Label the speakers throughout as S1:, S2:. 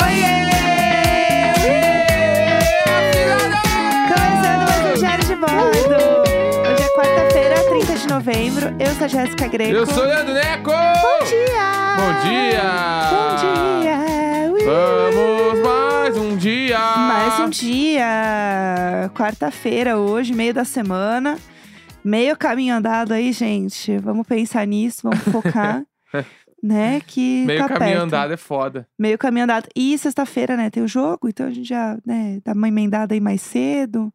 S1: um é novembro. Eu sou a Jéssica Greco.
S2: Eu sou o Leandro Neco!
S1: Bom dia!
S2: Bom dia!
S1: Bom dia! Ui!
S2: Vamos mais um dia!
S1: Mais um dia! Quarta-feira hoje, meio da semana. Meio caminho andado aí, gente. Vamos pensar nisso, vamos focar. né, que
S2: Meio
S1: tá
S2: caminho
S1: perto.
S2: andado é foda.
S1: Meio caminho andado. E sexta-feira, né, tem o jogo. Então a gente já, né, dá uma emendada aí mais cedo.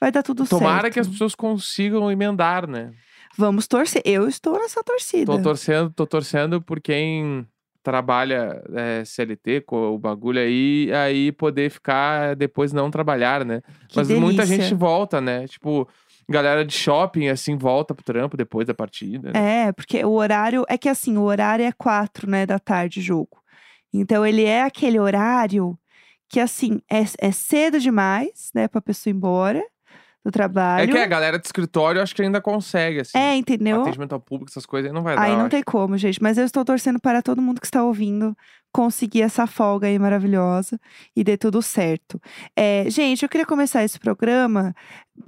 S1: Vai dar tudo
S2: Tomara
S1: certo.
S2: que as pessoas consigam emendar, né?
S1: Vamos torcer. Eu estou nessa torcida.
S2: Tô torcendo, tô torcendo por quem trabalha é, CLT com o bagulho aí, aí poder ficar depois não trabalhar, né?
S1: Que
S2: Mas muita
S1: delícia.
S2: gente volta, né? Tipo, galera de shopping, assim, volta pro trampo depois da partida. né?
S1: É, porque o horário. É que assim, o horário é quatro, né, da tarde, jogo. Então ele é aquele horário que, assim, é, é cedo demais, né, pra pessoa ir embora do
S2: É,
S1: trabalho.
S2: que a galera de escritório acho que ainda consegue, assim.
S1: É, entendeu?
S2: Atendimento ao público, essas coisas aí não vai dar.
S1: Aí
S2: eu
S1: não
S2: acho.
S1: tem como, gente. Mas eu estou torcendo para todo mundo que está ouvindo conseguir essa folga aí maravilhosa e dê tudo certo. É, gente, eu queria começar esse programa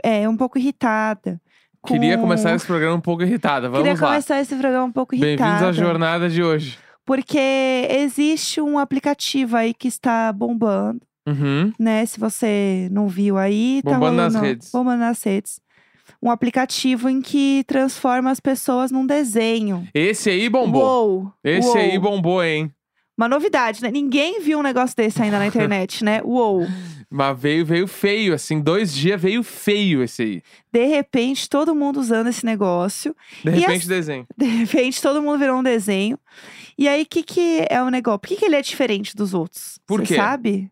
S1: é, um pouco irritada. com-
S2: Queria começar esse programa um pouco irritada. Vamos
S1: Queria
S2: lá.
S1: começar esse programa um pouco irritada.
S2: Bem-vindos à jornada de hoje.
S1: Porque existe um aplicativo aí que está bombando,
S2: Uhum.
S1: né? Se você não viu aí, tá
S2: Bombando nas
S1: rolando-
S2: redes.
S1: Bombando nas redes. Um aplicativo em que transforma as pessoas num desenho.
S2: Esse aí bombou.
S1: Uou,
S2: Esse
S1: uou.
S2: aí bombou, hein?
S1: Uma novidade, né? Ninguém viu um negócio desse ainda na internet, né? Uou.
S2: Mas veio, veio feio, assim. Dois dias veio feio esse aí.
S1: De repente, todo mundo usando esse negócio.
S2: De
S1: E
S2: repente,
S1: as-
S2: desenho.
S1: De repente, todo mundo virou um desenho. E aí, o que, que é o negócio? Por que, que ele é diferente dos outros?
S2: Por
S1: Você
S2: quê?
S1: sabe?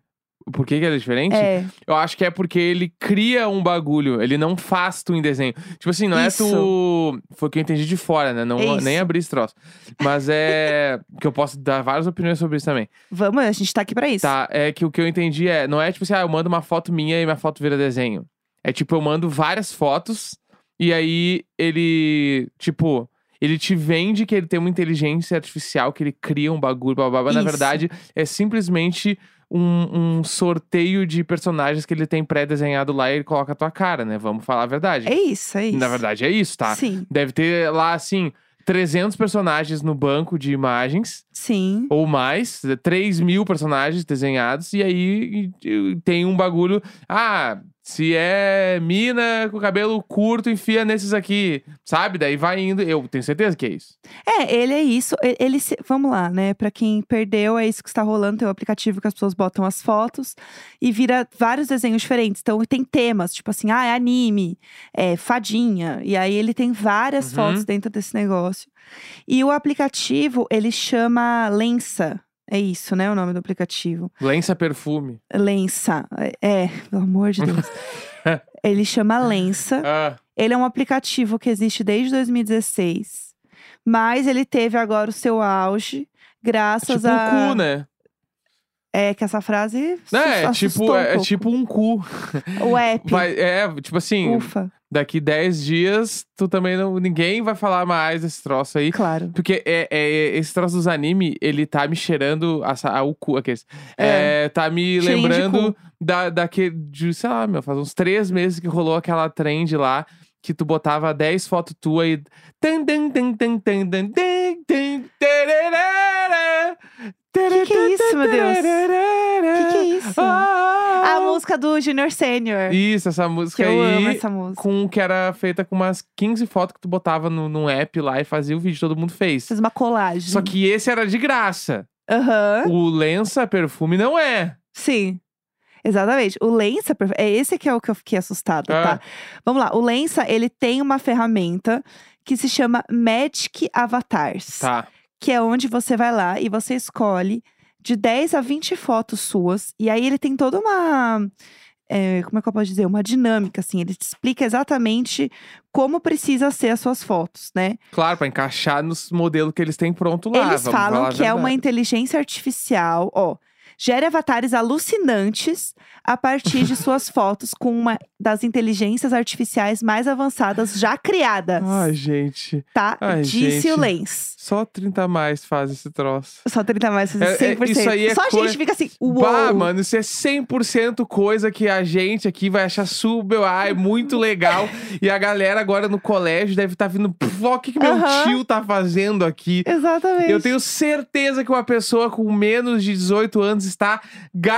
S2: Por que, que ele é diferente?
S1: É.
S2: Eu acho que é porque ele cria um bagulho. Ele não faz tu em desenho. Tipo assim, não
S1: Isso.
S2: é tu. Foi o que eu entendi de fora, né? Não,
S1: É isso.
S2: nem abri esse troço. Mas é. que eu posso dar várias opiniões sobre isso também.
S1: Vamos, a gente tá aqui pra isso.
S2: Tá, é que o que eu entendi é, não é tipo assim, ah, eu mando uma foto minha e minha foto vira desenho. É tipo, eu mando várias fotos e aí ele, tipo, ele te vende que ele tem uma inteligência artificial, que ele cria um bagulho, blá, blá, blá. Na
S1: Isso.
S2: verdade, é simplesmente um, um sorteio de personagens que ele tem pré-desenhado lá e ele coloca a tua cara, né? Vamos falar a verdade.
S1: É isso, é isso.
S2: Na verdade, é isso, tá?
S1: Sim,
S2: Deve ter lá, assim, 300 personagens no banco de imagens
S1: sim.
S2: ou mais, 3 mil personagens desenhados, e aí e- e tem um bagulho. Ah, se é mina com cabelo curto, enfia nesses aqui, sabe? Daí vai indo. Eu tenho certeza que é isso.
S1: É, ele é isso. e- Ele, se- vamos lá, né? Pra quem perdeu, é isso que está rolando. Tem um aplicativo que as pessoas botam as fotos e vira vários desenhos diferentes. Então tem temas, tipo assim, ah, é anime, é fadinha. E aí ele tem várias
S2: Uhum.
S1: fotos dentro desse negócio. E o aplicativo, ele chama Lensa. É isso, né? O nome do aplicativo.
S2: Lença perfume.
S1: Lensa. É, é, pelo amor de Deus. Ele chama Lensa.
S2: Ah,
S1: Ele é um aplicativo que existe desde 2016, mas ele teve agora o seu auge graças
S2: tipo
S1: a
S2: um cu, né?
S1: é que essa frase
S2: Não, é,
S1: assustou
S2: tipo,
S1: um
S2: é, é
S1: pouco.
S2: tipo um cu.
S1: o app.
S2: Vai, é, tipo assim,
S1: Ufa,
S2: daqui 10 dias, tu também não. Ninguém vai falar mais desse troço aí.
S1: claro.
S2: Porque é, é- esse troço dos anime, ele tá me cheirando a, sa- ao cu, aqueles.
S1: É.
S2: É, tá me
S1: Cheirinho de
S2: lembrando da, daquele, de, sei lá, meu, faz uns três meses que rolou aquela trend lá, que tu botava 10 fotos tua e... Tan, tan, tan, tan, tan, tan, tan, tan, tararara,
S1: Que que é isso, meu Deus?
S2: tararara,
S1: Que que é isso?
S2: ah,
S1: A música do Junior Senior.
S2: Isso, essa música
S1: que eu
S2: aí
S1: amo essa música.
S2: com que era feita com umas 15 fotos que tu botava no, num app lá e fazia o vídeo, todo mundo fez.
S1: Fez uma colagem.
S2: Só que esse era de graça.
S1: Aham.
S2: O lença perfume não é.
S1: Sim. Exatamente. O Lensa, perfe- é esse que é o que eu fiquei assustada,
S2: Ah.
S1: tá? Vamos lá. O Lensa, ele tem uma ferramenta que se chama Magic Avatars,
S2: Tá.
S1: que é onde você vai lá e você escolhe de 10 a 20 fotos suas. E aí ele tem toda uma. é, como é que eu posso dizer? Uma dinâmica, assim. Ele te explica exatamente como precisa ser as suas fotos, né?
S2: Claro, pra encaixar nos modelos que eles têm pronto lá.
S1: Eles
S2: vamos falar
S1: falam
S2: a
S1: que é uma
S2: verdade.
S1: inteligência artificial, ó. Gere avatares alucinantes a partir de suas fotos com uma das inteligências artificiais mais avançadas já criadas.
S2: Ai, gente.
S1: tá?
S2: ai,
S1: Disse o
S2: gente.
S1: Lenz.
S2: Só 30 a mais faz esse troço.
S1: Só 30 mais,
S2: É, é,
S1: 100%.
S2: isso aí é
S1: Só a
S2: coi-
S1: gente fica assim, uou.
S2: Bah, mano, isso é 100% coisa que a gente aqui vai achar super, ai, muito legal. e a galera agora no colégio deve estar vindo... "Pff, avó, o que, que meu
S1: Aham.
S2: tio tá fazendo aqui?
S1: Exatamente.
S2: Eu tenho certeza que uma pessoa com menos de 18 anos está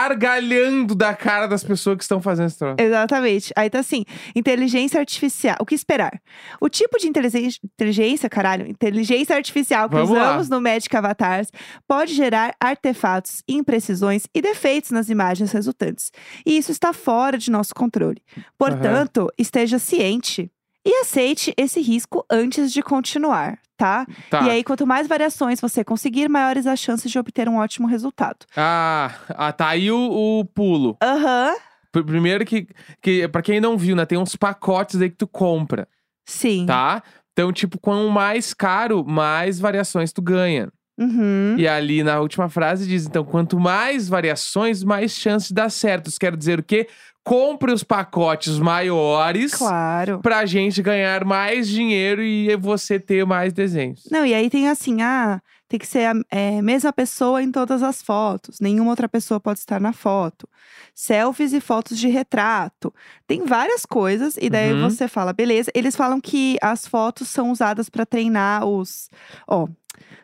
S2: gargalhando da cara das pessoas que estão fazendo esse troço.
S1: Exatamente. Aí tá assim, inteligência artificial. O que esperar? O tipo de inteligen- inteligência, caralho, inteligência artificial que
S2: Vamos lá.
S1: usamos no Magic Avatars pode gerar artefatos, imprecisões e defeitos nas imagens resultantes. E isso está fora de nosso controle. Portanto, esteja ciente e aceite esse risco antes de continuar, tá?
S2: Tá.
S1: E aí, quanto mais variações você conseguir, maiores as chances de obter um ótimo resultado.
S2: Ah, ah, tá aí o, o pulo.
S1: Aham,
S2: Pr- Primeiro que, que, pra quem não viu, né, tem uns pacotes aí que tu compra,
S1: sim.
S2: tá? Então, tipo, quanto mais caro, mais variações tu ganha.
S1: Uhum.
S2: E ali na última frase diz, então, quanto mais variações, mais chance de dar certo. Isso quer dizer o quê? Compre os pacotes maiores
S1: Claro.
S2: pra gente ganhar mais dinheiro e você ter mais desenhos.
S1: Não, e aí tem assim, ah, tem que ser a é, mesma pessoa em todas as fotos. Nenhuma outra pessoa pode estar na foto. Selfies e fotos de retrato. Tem várias coisas, e daí
S2: Uhum.
S1: você fala, beleza. Eles falam que as fotos são usadas para treinar os. Ó.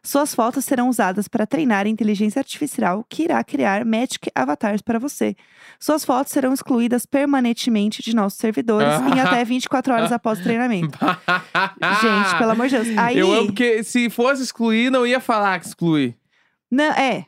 S1: Suas fotos serão usadas para treinar a inteligência artificial que irá criar Magic Avatars para você. Suas fotos serão excluídas permanentemente de nossos servidores em
S2: Ah.
S1: até 24 horas após o treinamento. Gente, pelo amor de Deus. Aí,
S2: Eu amo porque se fosse excluir, não ia falar que exclui.
S1: Não, é.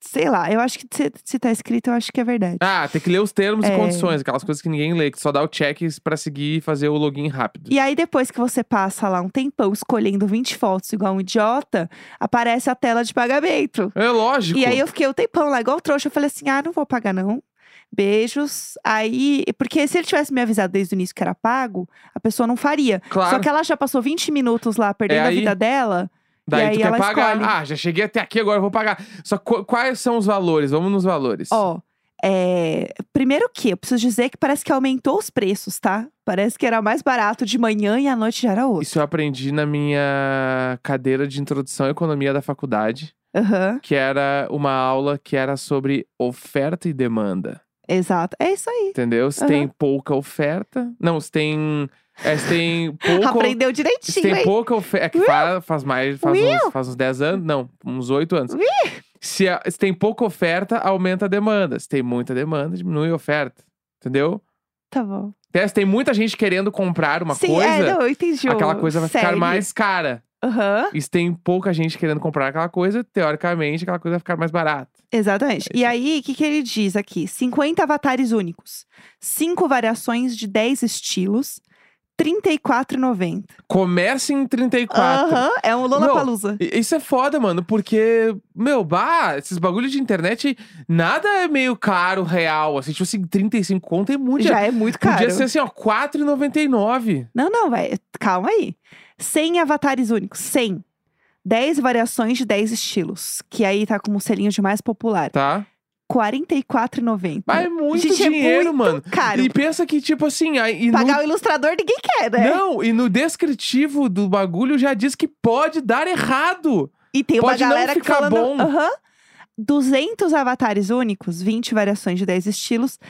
S1: Sei lá, eu acho que se, se tá escrito, eu acho que é verdade.
S2: Ah, tem que ler os termos
S1: É.
S2: e condições, aquelas coisas que ninguém lê, que só dá o check pra seguir e fazer o login rápido.
S1: E aí, depois que você passa lá um tempão escolhendo 20 fotos igual um idiota, aparece a tela de pagamento.
S2: É lógico.
S1: E aí eu fiquei um tempão lá, igual trouxa. Eu falei assim: ah, não vou pagar, não. Beijos. Aí. Porque se ele tivesse me avisado desde o início que era pago, a pessoa não faria.
S2: Claro, É
S1: Só que ela já passou 20 minutos lá perdendo a
S2: aí-
S1: vida dela.
S2: daí
S1: e aí
S2: tu quer
S1: ela
S2: pagar.
S1: escolhe.
S2: Ah, já cheguei até aqui, agora eu vou pagar. Só qu- quais são os valores? Vamos nos valores.
S1: Ó, é, primeiro que eu preciso dizer que parece que aumentou os preços, tá? Parece que era mais barato de manhã e à noite já era outro.
S2: Isso eu aprendi na minha cadeira de introdução à economia da faculdade,
S1: Aham,
S2: que era uma aula que era sobre oferta e demanda.
S1: exato. É isso aí.
S2: Entendeu? Se
S1: Aham.
S2: tem pouca oferta. Não, se tem. É, se tem pouco.
S1: Aprendeu
S2: Se
S1: direitinho,
S2: tem
S1: hein?
S2: pouca oferta. É que
S1: Will?
S2: faz, faz mais. Faz
S1: Will?
S2: uns, faz uns 10 anos. Não, uns 8 anos. Se, a- se tem pouca oferta, aumenta a demanda. Se tem muita demanda, diminui a oferta. Entendeu?
S1: Tá bom.
S2: Até se tem muita gente querendo comprar uma
S1: Sim,
S2: coisa,
S1: é, não, eu entendi. o-
S2: aquela coisa vai ficar
S1: sério.
S2: mais cara.
S1: Aham,
S2: E se tem pouca gente querendo comprar aquela coisa, teoricamente, aquela coisa vai ficar mais barata.
S1: exatamente. E aí, o que, que ele diz aqui? 50 avatares únicos, 5 variações de 10 estilos, R$34,90.
S2: Começa em 34.
S1: Aham, é um Lollapalooza.
S2: I- Isso é foda, mano, porque, meu, bah, esses bagulhos de internet, nada é meio caro, real, assim, tipo assim, 35 conto é muito.
S1: Já é muito caro.
S2: Podia ser assim, ó, 4,99.
S1: Não, não, vai. Calma aí. 100 avatares únicos. 100. 10 variações de 10 estilos. Que aí tá como um selinho de mais popular.
S2: Tá?
S1: R$44,90.
S2: Mas é muito
S1: Gente, é
S2: dinheiro,
S1: muito
S2: mano.
S1: caro.
S2: E pensa que, tipo assim, aí- e no-
S1: Pagar o ilustrador ninguém quer, né?
S2: Não, e no descritivo do bagulho já diz que pode dar errado.
S1: E tem uma
S2: Pode não
S1: galera que
S2: ficar
S1: falando...
S2: bom.
S1: Aham. 200 avatares únicos, 20 variações de 10 estilos, R$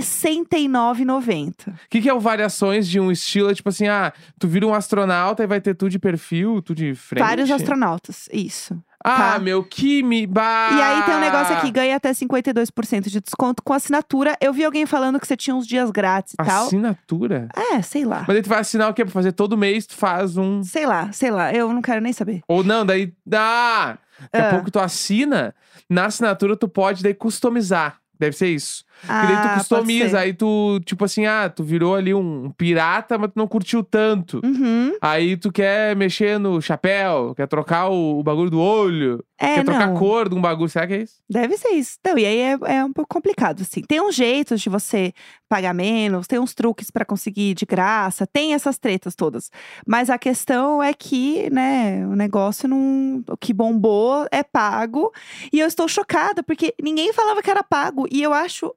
S1: 69,90.
S2: O que, que é o variações de um estilo? É tipo assim, ah, tu vira um astronauta e vai ter tudo de perfil, tudo de frente.
S1: Vários astronautas, isso.
S2: Ah,
S1: tá.
S2: meu, que me. Bah.
S1: E aí tem um negócio aqui, ganha até 52% de desconto com assinatura. Eu vi alguém falando que você tinha uns dias grátis e tal.
S2: Assinatura?
S1: É, sei lá.
S2: Ah, Mas aí tu vai assinar o quê? Pra fazer todo mês, tu faz um.
S1: Sei lá, sei lá. Eu não quero nem saber.
S2: Ou não, daí. Ah! Daqui
S1: Ah.
S2: a pouco tu assina, na assinatura tu pode daí customizar. Deve ser isso.
S1: Ah,
S2: Porque daí tu
S1: pode ser.
S2: customiza, aí tu, tipo assim, ah, tu virou ali um um pirata, mas tu não curtiu tanto.
S1: Uhum.
S2: Aí tu quer mexer no chapéu, quer trocar o, o bagulho do olho,
S1: É,
S2: quer trocar
S1: não.
S2: a cor de um bagulho, será que é isso?
S1: Deve ser isso. Então, e aí é, é um pouco complicado, assim. Tem uns jeitos de você pagar menos, tem uns truques pra conseguir de graça, tem essas tretas todas. Mas a questão é que, né, o negócio não. O que bombou é pago. E eu estou chocada, porque ninguém falava que era pago. E eu acho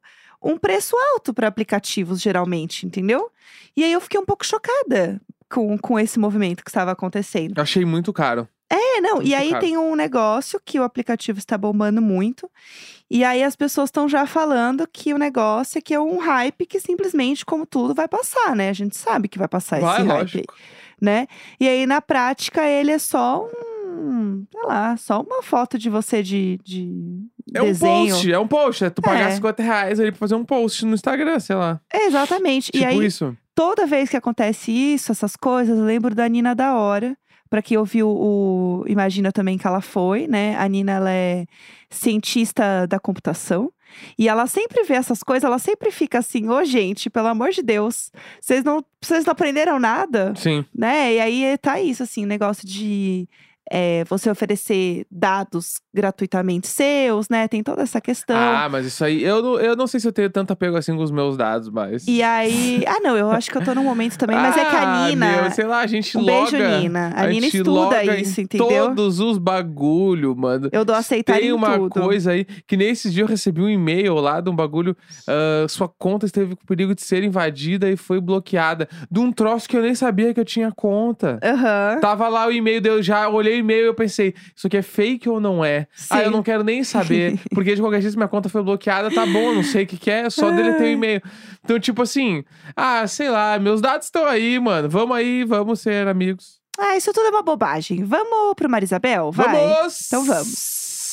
S1: um preço alto pra aplicativos, geralmente, entendeu? E aí eu fiquei um pouco chocada com, com esse movimento que estava acontecendo.
S2: Eu achei muito caro.
S1: É, não. E aí
S2: Complicado.
S1: tem um negócio que o aplicativo está bombando muito. E aí as pessoas estão já falando que o negócio é que é um hype que simplesmente, como tudo, vai passar, né? A gente sabe que vai passar
S2: Vai,
S1: esse hype,
S2: lógico.
S1: né? E aí, na prática, ele é só um. Sei lá, só uma foto de você de, de
S2: É um
S1: desenho.
S2: post, é um post. É tu pagar
S1: É.
S2: 50 reais ali pra fazer um post no Instagram, sei lá.
S1: É, exatamente. e
S2: tipo
S1: aí,
S2: isso.
S1: toda vez que acontece isso, essas coisas, eu lembro da Nina da Hora. Pra quem ouviu o Imagina também que ela foi, né? A Nina, ela é cientista da computação. E ela sempre vê essas coisas, ela sempre fica assim, ô gente, pelo amor de Deus, vocês não, vocês não aprenderam nada?
S2: Sim.
S1: né? E aí é- tá isso, assim, o negócio de é, você oferecer dados gratuitamente seus, né? Tem toda essa questão.
S2: Ah, mas isso aí. Eu não, eu não sei se eu tenho tanto apego assim com os meus dados, mas.
S1: E aí. Ah, não, eu acho que eu tô num momento também, mas é que a
S2: Ah,
S1: Nina.
S2: meu, sei lá, a gente
S1: um
S2: loga.
S1: beijo, Nina. A, Nina
S2: gente
S1: estuda
S2: loga em
S1: isso, entendeu?
S2: Todos os bagulho, mano.
S1: Eu dou aceitar
S2: Tem
S1: em
S2: uma
S1: tudo.
S2: coisa aí que nesse dia eu recebi um e-mail lá de um bagulho. ah, sua conta esteve com perigo de ser invadida e foi bloqueada. De um troço que eu nem sabia que eu tinha conta.
S1: Aham.
S2: Tava lá o e-mail, daí eu já olhei o e-mail e eu pensei, isso aqui é fake ou não é? Ah, eu
S1: Sim.
S2: não quero nem saber, porque de qualquer jeito minha conta foi bloqueada, tá bom, eu não sei o que que é, eu só deletei o e-mail. Então, tipo assim, ah, sei lá, meus dados estão aí, mano, vamos aí, vamos ser amigos.
S1: Ah, isso tudo é uma bobagem. Vamos pro Marisabel? Vai.
S2: Vamos!
S1: Então
S2: vamos.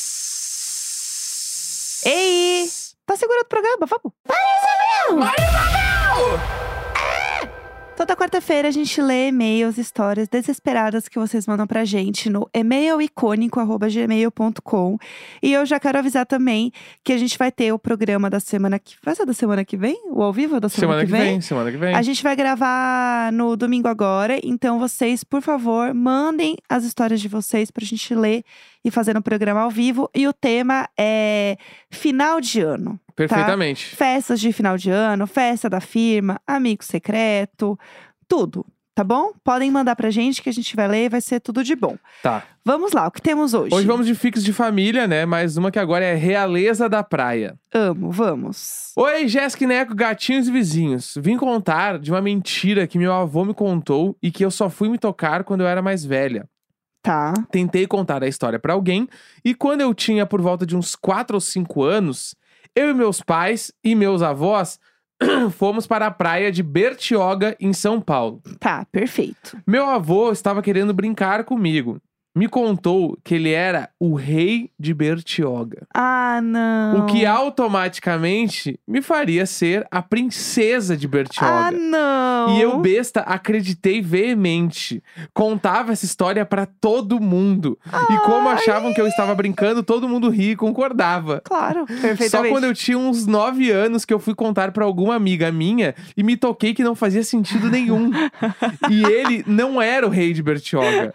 S1: Ei! Tá segurando o programa, vamos. Toda quarta-feira a gente lê e-mails, histórias desesperadas que vocês mandam pra gente no e-mailicônico.gmail.com. E eu já quero avisar também que a gente vai ter o programa da semana que. Vai ser da semana que vem? O ao vivo da semana,
S2: Semana que vem, semana que vem.
S1: A gente vai gravar no domingo agora, então vocês, por favor, mandem as histórias de vocês pra gente ler e fazer um programa ao vivo. E o tema é final de ano.
S2: Perfeitamente.
S1: Festas de final de ano, festa da firma, amigo secreto, tudo, tá bom? Podem mandar pra gente que a gente vai ler, vai ser tudo de bom.
S2: Tá.
S1: Vamos lá, o que temos hoje?
S2: Hoje vamos de fix de família, né? Mais uma que agora é Realeza da Praia.
S1: Amo, vamos.
S2: Oi, Jéssica e Neco, gatinhos e vizinhos. Vim contar de uma mentira que meu avô me contou e que eu só fui me tocar quando eu era mais velha.
S1: Tá.
S2: Tentei contar a história pra alguém e quando eu tinha por volta de uns 4 ou 5 anos, eu e meus pais e meus avós fomos para a praia de Bertioga, em São Paulo.
S1: Tá, perfeito.
S2: Meu avô estava querendo brincar comigo. Me contou que ele era o rei de Bertioga,
S1: Ah, não.
S2: o que é automaticamente me faria ser a princesa de
S1: Ah,
S2: Bertioga.
S1: não.
S2: E eu, besta, acreditei veemente. Contava essa história pra todo mundo. E como achavam que eu estava brincando, todo mundo ria e concordava.
S1: Claro, perfeitamente.
S2: Só quando eu tinha uns 9 anos que eu fui contar pra alguma amiga minha e me toquei que não fazia sentido nenhum. e ele não era o rei de Bertioga.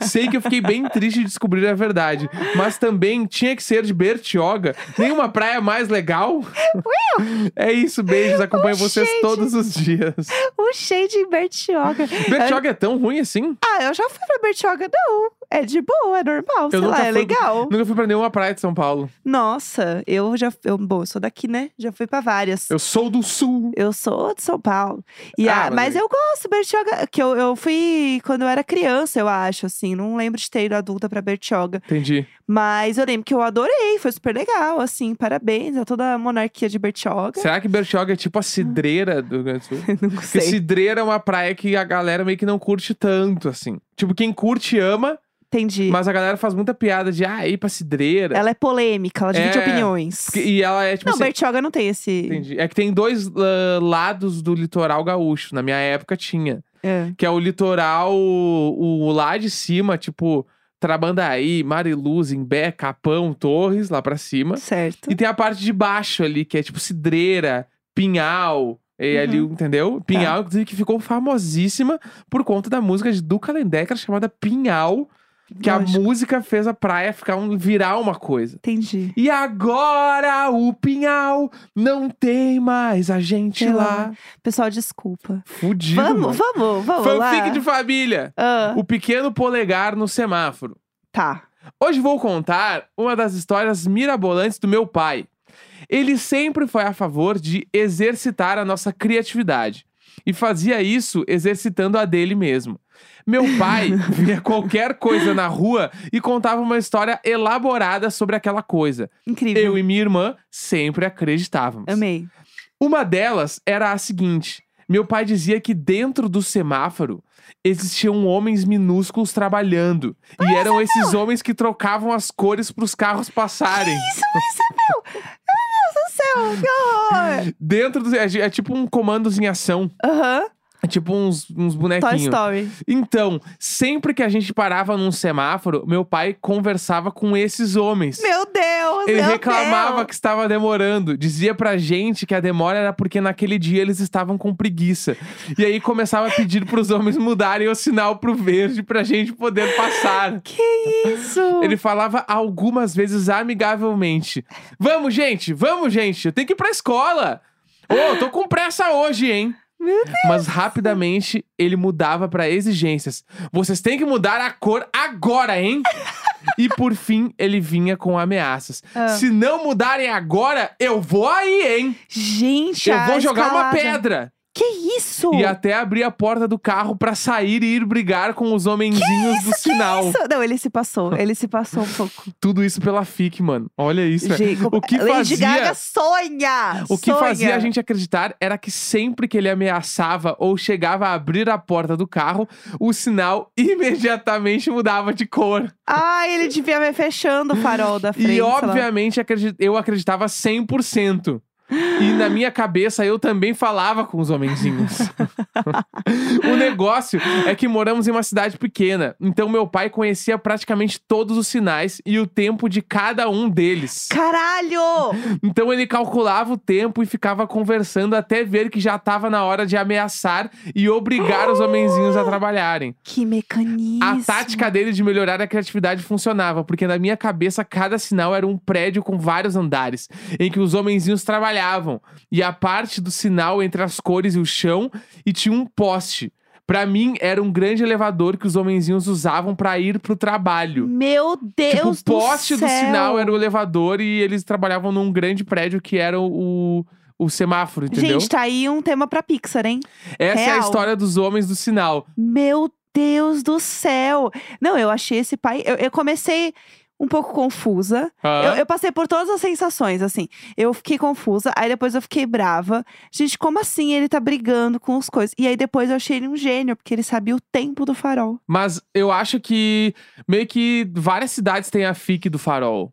S2: Sei que eu fiquei bem triste de descobrir a verdade, mas também tinha que ser de Bertioga. Nenhuma praia mais legal. é isso, beijos, acompanho
S1: Oh,
S2: vocês
S1: gente.
S2: todos os dias.
S1: O shade em Bertioga.
S2: Bertioga é tão ruim assim?
S1: Ah, eu já fui pra Bertioga, não. É de boa, é normal, sei
S2: nunca
S1: lá, é
S2: fui-
S1: legal.
S2: Nunca fui pra nenhuma praia de São Paulo.
S1: Nossa, eu já. Eu, bom, eu sou daqui, né? Já fui pra várias.
S2: Eu sou do sul.
S1: Eu sou de São Paulo. E
S2: Ah,
S1: a-
S2: mas
S1: mas eu gosto, Bertioga. Que eu, eu fui quando eu era criança, eu acho, assim. Não lembro de ter ido adulta pra Bertioga.
S2: Entendi.
S1: Mas eu lembro que eu adorei, foi super legal, assim. Parabéns a toda a monarquia de Bertioga.
S2: Será que Bertioga é tipo a cidreira do Rio Grande do Sul?
S1: Não
S2: Porque
S1: sei.
S2: Cidreira é uma praia que a galera meio que não curte tanto, assim. Tipo, quem curte ama,
S1: Entendi.
S2: mas a galera faz muita piada de, ah, ir pra Cidreira.
S1: Ela é polêmica, ela divide
S2: É,
S1: opiniões.
S2: Que- E ela é tipo
S1: Não,
S2: assim.
S1: Bertioga não tem esse.
S2: Entendi. É que tem dois ah, lados do litoral gaúcho. Na minha época tinha.
S1: É.
S2: Que é o litoral, o, o lá de cima, tipo, Trabandaí, Mariluz, Imbé, Capão, Torres, lá pra cima.
S1: Certo.
S2: E tem a parte de baixo ali, que é tipo cidreira, pinhal.
S1: Uhum.
S2: E ali, entendeu?
S1: Tá.
S2: Pinhal, inclusive, que ficou famosíssima por conta da música de Duca Lendecker chamada Pinhal. Que
S1: Lógico.
S2: a música fez a praia ficar um, virar uma coisa.
S1: Entendi.
S2: E agora o Pinhal não tem mais a gente
S1: Sei
S2: lá.
S1: lá. Pessoal, desculpa.
S2: Fudido.
S1: vamos,
S2: mano.
S1: vamos, vamos lá.
S2: Fanfic de família.
S1: Ah,
S2: O pequeno polegar no semáforo.
S1: tá.
S2: Hoje vou contar uma das histórias mirabolantes do meu pai. Ele sempre foi a favor de exercitar a nossa criatividade e fazia isso exercitando a dele mesmo. Meu pai via qualquer coisa na rua e contava uma história elaborada sobre aquela coisa.
S1: Incrível.
S2: Eu e minha irmã sempre acreditávamos.
S1: Amei.
S2: Uma delas era a seguinte: meu pai dizia que dentro do semáforo existiam homens minúsculos trabalhando. e eram esses
S1: então.
S2: homens que trocavam as cores para os carros passarem.
S1: Isso,
S2: é
S1: Isabel! Meu Deus do céu, que horror!
S2: Dentro do. É, é tipo um comandos em ação.
S1: Aham,
S2: É tipo uns, uns
S1: Toy
S2: bonequinhos.
S1: Story.
S2: Então, sempre que a gente parava num semáforo, meu pai conversava com esses homens.
S1: Meu Deus,
S2: Ele
S1: meu
S2: reclamava
S1: Deus.
S2: que estava demorando. Dizia pra gente que a demora era porque naquele dia eles estavam com preguiça. E aí começava a pedir pros homens mudarem o sinal pro verde pra gente poder passar.
S1: Que isso?
S2: Ele falava algumas vezes amigavelmente: Vamos, gente, vamos, gente, eu tenho que ir pra escola. Ô, tô com pressa hoje, hein?
S1: Meu
S2: Mas rapidamente ele mudava pra exigências. Vocês têm que mudar a cor agora, hein? e por fim ele vinha com ameaças.
S1: Ah.
S2: Se não mudarem agora, eu vou aí, hein?
S1: Gente,
S2: eu
S1: a
S2: vou jogar uma
S1: escalada. Uh.
S2: pedra.
S1: Que isso?
S2: E até abrir a porta do carro pra sair e ir brigar com os homenzinhos do sinal.
S1: Isso- Não, ele se passou. Ele se passou um pouco.
S2: Tudo isso pela FIC, mano. Olha isso. velho.
S1: Gente,
S2: o que
S1: Lady
S2: fazia-
S1: Gaga sonha!
S2: O que
S1: sonha.
S2: fazia a gente acreditar era que sempre que ele ameaçava ou chegava a abrir a porta do carro, o sinal imediatamente mudava de cor.
S1: Ah, ele devia ver fechando o farol da frente.
S2: e
S1: sei lá.
S2: obviamente acredi- eu acreditava 100%. E na minha cabeça eu também falava com os homenzinhos. o negócio é que moramos em uma cidade pequena, então meu pai conhecia praticamente todos os sinais e o tempo de cada um deles.
S1: Caralho!
S2: Então ele calculava o tempo e ficava conversando até ver que já tava na hora de ameaçar e obrigar os homenzinhos a trabalharem.
S1: Que mecanismo.
S2: A tática dele de melhorar a criatividade funcionava, porque na minha cabeça cada sinal era um prédio com vários andares, em que os homenzinhos trabalhavam, e a parte do sinal entre as cores e o chão, e tinha um poste. Pra mim, era um grande elevador que os homenzinhos usavam pra ir pro trabalho.
S1: Meu
S2: é Tipo,
S1: Deus
S2: o poste do,
S1: do, céu.
S2: sinal é- era o elevador e eles trabalhavam num grande prédio que era o, o semáforo, entendeu?
S1: Gente, tá aí um tema pra Pixar, hein?
S2: Essa é a
S1: real.
S2: história dos homens do sinal.
S1: Meu Deus do céu! Não, eu achei esse pai. Eu, eu comecei um pouco confusa. Eu,
S2: Ah,
S1: eu passei por todas as sensações, assim. Eu fiquei confusa, aí depois eu fiquei brava. Gente, como assim ele tá brigando com as coisas? E aí depois eu achei ele um gênio, porque ele sabia o tempo do farol.
S2: Mas eu acho que meio que várias cidades têm a FIC do farol.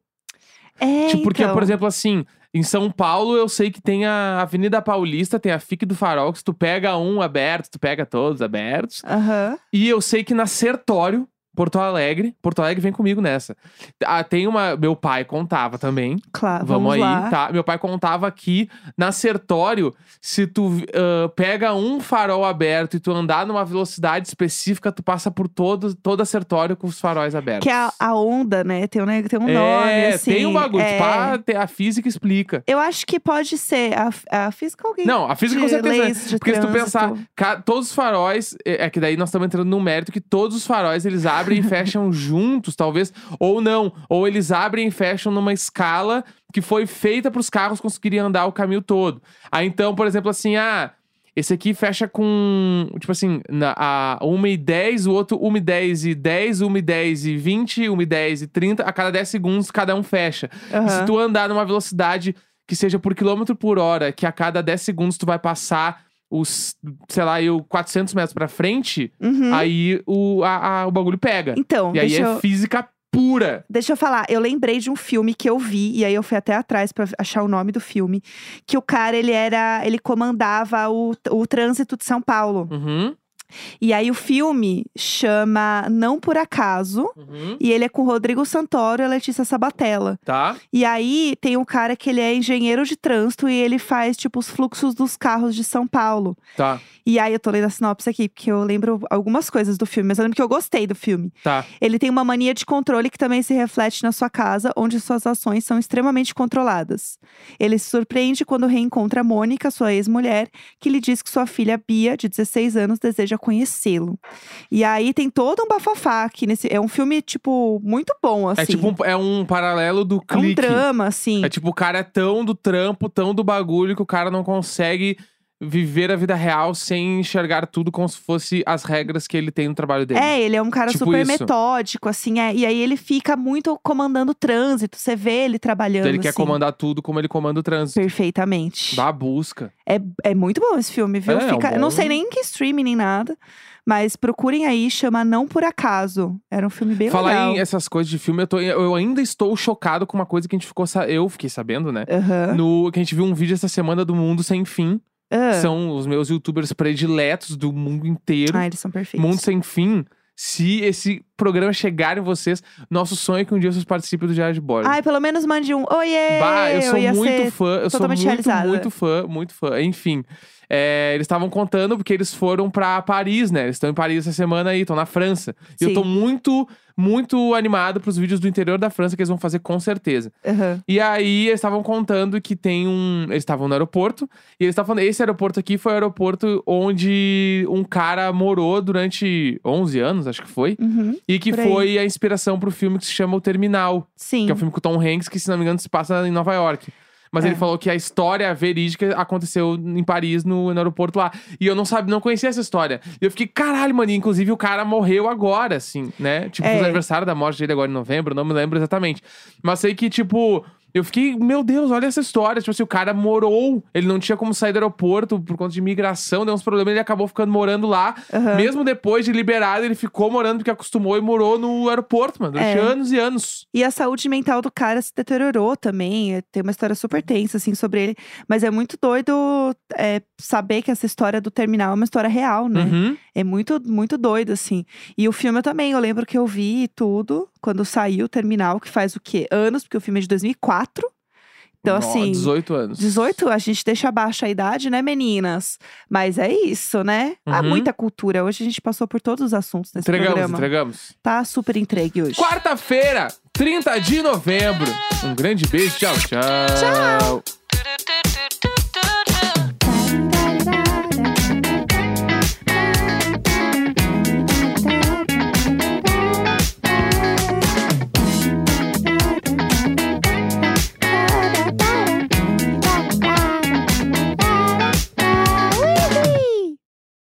S1: É,
S2: tipo, porque,
S1: então.
S2: por exemplo, assim, em São Paulo eu sei que tem a Avenida Paulista, tem a FIC do farol, que se tu pega um aberto, tu pega todos abertos.
S1: Aham.
S2: E eu sei que na Sertório, Porto Alegre, Porto Alegre vem comigo nessa. Ah, tem uma. Meu pai contava também.
S1: Claro,
S2: Vamos, aí,
S1: Ah, lá.
S2: tá? Meu pai contava que na Sertório, se tu ah, pega um farol aberto e tu andar numa velocidade específica, tu passa por todo, toda Sertório com os faróis abertos.
S1: Que é a, a onda, né? Tem um, neg- tem um nome,
S2: é,
S1: assim.
S2: tem um bagulho.
S1: é.
S2: Tipo, a, te- a física explica.
S1: Eu acho que pode ser a, f- a física alguém.
S2: Não, a física com
S1: de
S2: certeza. né?
S1: leis de
S2: Porque se tu
S1: trânsito.
S2: pensar, ca- todos os faróis. É é que daí nós estamos entrando num mérito que todos os faróis eles abrem e fecham juntos, talvez. Ou não. Ou eles abrem e fecham numa escala que foi feita para os carros conseguirem andar o caminho todo. Aí então, por exemplo, assim, ah. Esse aqui fecha com, tipo assim, na, a 1 e 10, o outro 1 e 10 e 10, 1 e 10 e 20, 1 e 10 e 30. A cada 10 segundos, cada um fecha. E Se
S1: Aham.
S2: tu andar numa velocidade que seja por quilômetro por hora, que a cada 10 segundos tu vai passar os, sei lá, eu 400 metros pra frente,
S1: Uhum.
S2: aí o, a- a- o bagulho pega.
S1: Então,
S2: e aí
S1: deixa eu...
S2: é física pura.
S1: Deixa eu falar, eu lembrei de um filme que eu vi, e aí eu fui até atrás pra achar o nome do filme, que o cara, ele era, ele comandava o, o trânsito de São Paulo.
S2: Uhum,
S1: E aí o filme chama Não Por Acaso,
S2: uhum,
S1: e ele é com Rodrigo Santoro e a Letícia Sabatella.
S2: tá.
S1: E aí tem um cara que ele é engenheiro de trânsito e ele faz, tipo, os fluxos dos carros de São Paulo.
S2: Tá,
S1: E aí eu tô lendo a sinopse aqui, porque eu lembro algumas coisas do filme, mas eu lembro que eu gostei do filme.
S2: tá.
S1: Ele tem uma mania de controle que também se reflete na sua casa, onde suas ações são extremamente controladas. Ele se surpreende quando reencontra a Mônica, sua ex-mulher, que lhe diz que sua filha Bia, de 16 anos, deseja conhecê-lo. E aí tem todo um bafafá aqui nesse. É um filme, tipo, muito bom, assim.
S2: É tipo um, é um paralelo do
S1: É um
S2: clique.
S1: drama, assim.
S2: É tipo, o cara é tão do trampo, tão do bagulho que o cara não consegue viver a vida real sem enxergar tudo como se fosse as regras que ele tem no trabalho dele.
S1: É, ele é um cara
S2: Tipo
S1: super
S2: isso.
S1: metódico, assim, é. E aí ele fica muito comandando o trânsito. Você vê ele trabalhando.
S2: Então ele quer
S1: assim,
S2: comandar tudo como ele comanda o trânsito.
S1: Perfeitamente.
S2: Da busca.
S1: É, é muito bom esse filme, viu?
S2: É, é um
S1: Fica- eu Não
S2: bom-
S1: sei nem em que streaming nem nada, mas procurem aí, chama Não Por Acaso. Era um filme bem
S2: Falar
S1: legal.
S2: em essas coisas de filme, eu, tô- eu ainda estou chocado com uma coisa que a gente ficou. sa- Eu fiquei sabendo, né?
S1: Aham.
S2: No, que a gente viu um vídeo essa semana do Mundo Sem Fim.
S1: Ah.
S2: São os meus youtubers prediletos do mundo inteiro.
S1: Ah, eles são perfeitos.
S2: Mundo Sem Fim. Se esse programa chegar em vocês, nosso sonho é que um dia vocês participem do Diário de Bordo.
S1: Ai, pelo menos mande um. Oiê!
S2: bah, eu sou
S1: ia
S2: muito
S1: ser...
S2: fã. Eu sou
S1: totalmente
S2: muito,
S1: realizada.
S2: muito fã, muito fã. Enfim, é, eles estavam contando porque eles foram pra Paris, né? Eles estão em Paris essa semana aí, estão na França. E eu tô
S1: Sim.
S2: muito, muito animado pros vídeos do interior da França que eles vão fazer com certeza.
S1: Aham.
S2: E aí eles estavam contando que tem um. Eles estavam no aeroporto. E eles estavam falando: esse aeroporto aqui foi o aeroporto onde um cara morou durante 11 anos, acho que foi.
S1: Uhum.
S2: E que
S1: Por aí.
S2: foi a inspiração pro filme que se chama O Terminal,
S1: Sim.
S2: que é um filme com o Tom Hanks, que, se não me engano, se passa em Nova York. Mas
S1: É.
S2: ele falou que a história verídica aconteceu em Paris, no, no aeroporto lá. E eu não sabia, não conhecia essa história. E eu fiquei, caralho, mano. E, inclusive, o cara morreu agora, assim, né? Tipo,
S1: É.
S2: o aniversário da morte dele agora em novembro, não me lembro exatamente. Mas sei que, tipo, eu fiquei, meu Deus, olha essa história. Tipo assim, o cara morou, ele não tinha como sair do aeroporto por conta de imigração, deu uns problemas, ele acabou ficando morando lá.
S1: Aham.
S2: Mesmo depois de liberado, ele ficou morando porque acostumou e morou no aeroporto, mano, durante
S1: É.
S2: anos e anos.
S1: E a saúde mental do cara se deteriorou também. é, Tem uma história super tensa, assim, sobre ele. Mas é muito doido é, saber que essa história do terminal é uma história real, né?
S2: Uhum.
S1: É muito, muito doido, assim. E o filme eu também, eu lembro que eu vi tudo quando saiu o Terminal, que faz o quê? Anos, porque o filme é de 2004. Então,
S2: Nó,
S1: assim.
S2: 18 anos.
S1: 18, a gente deixa abaixo a idade, né, meninas? Mas é isso, né? Há
S2: Uhum.
S1: muita cultura. Hoje a gente passou por todos os assuntos nesse
S2: Entregamos,
S1: programa.
S2: entregamos.
S1: Tá super entregue hoje.
S2: Quarta-feira, 30 de novembro. Um grande beijo, tchau. Tchau.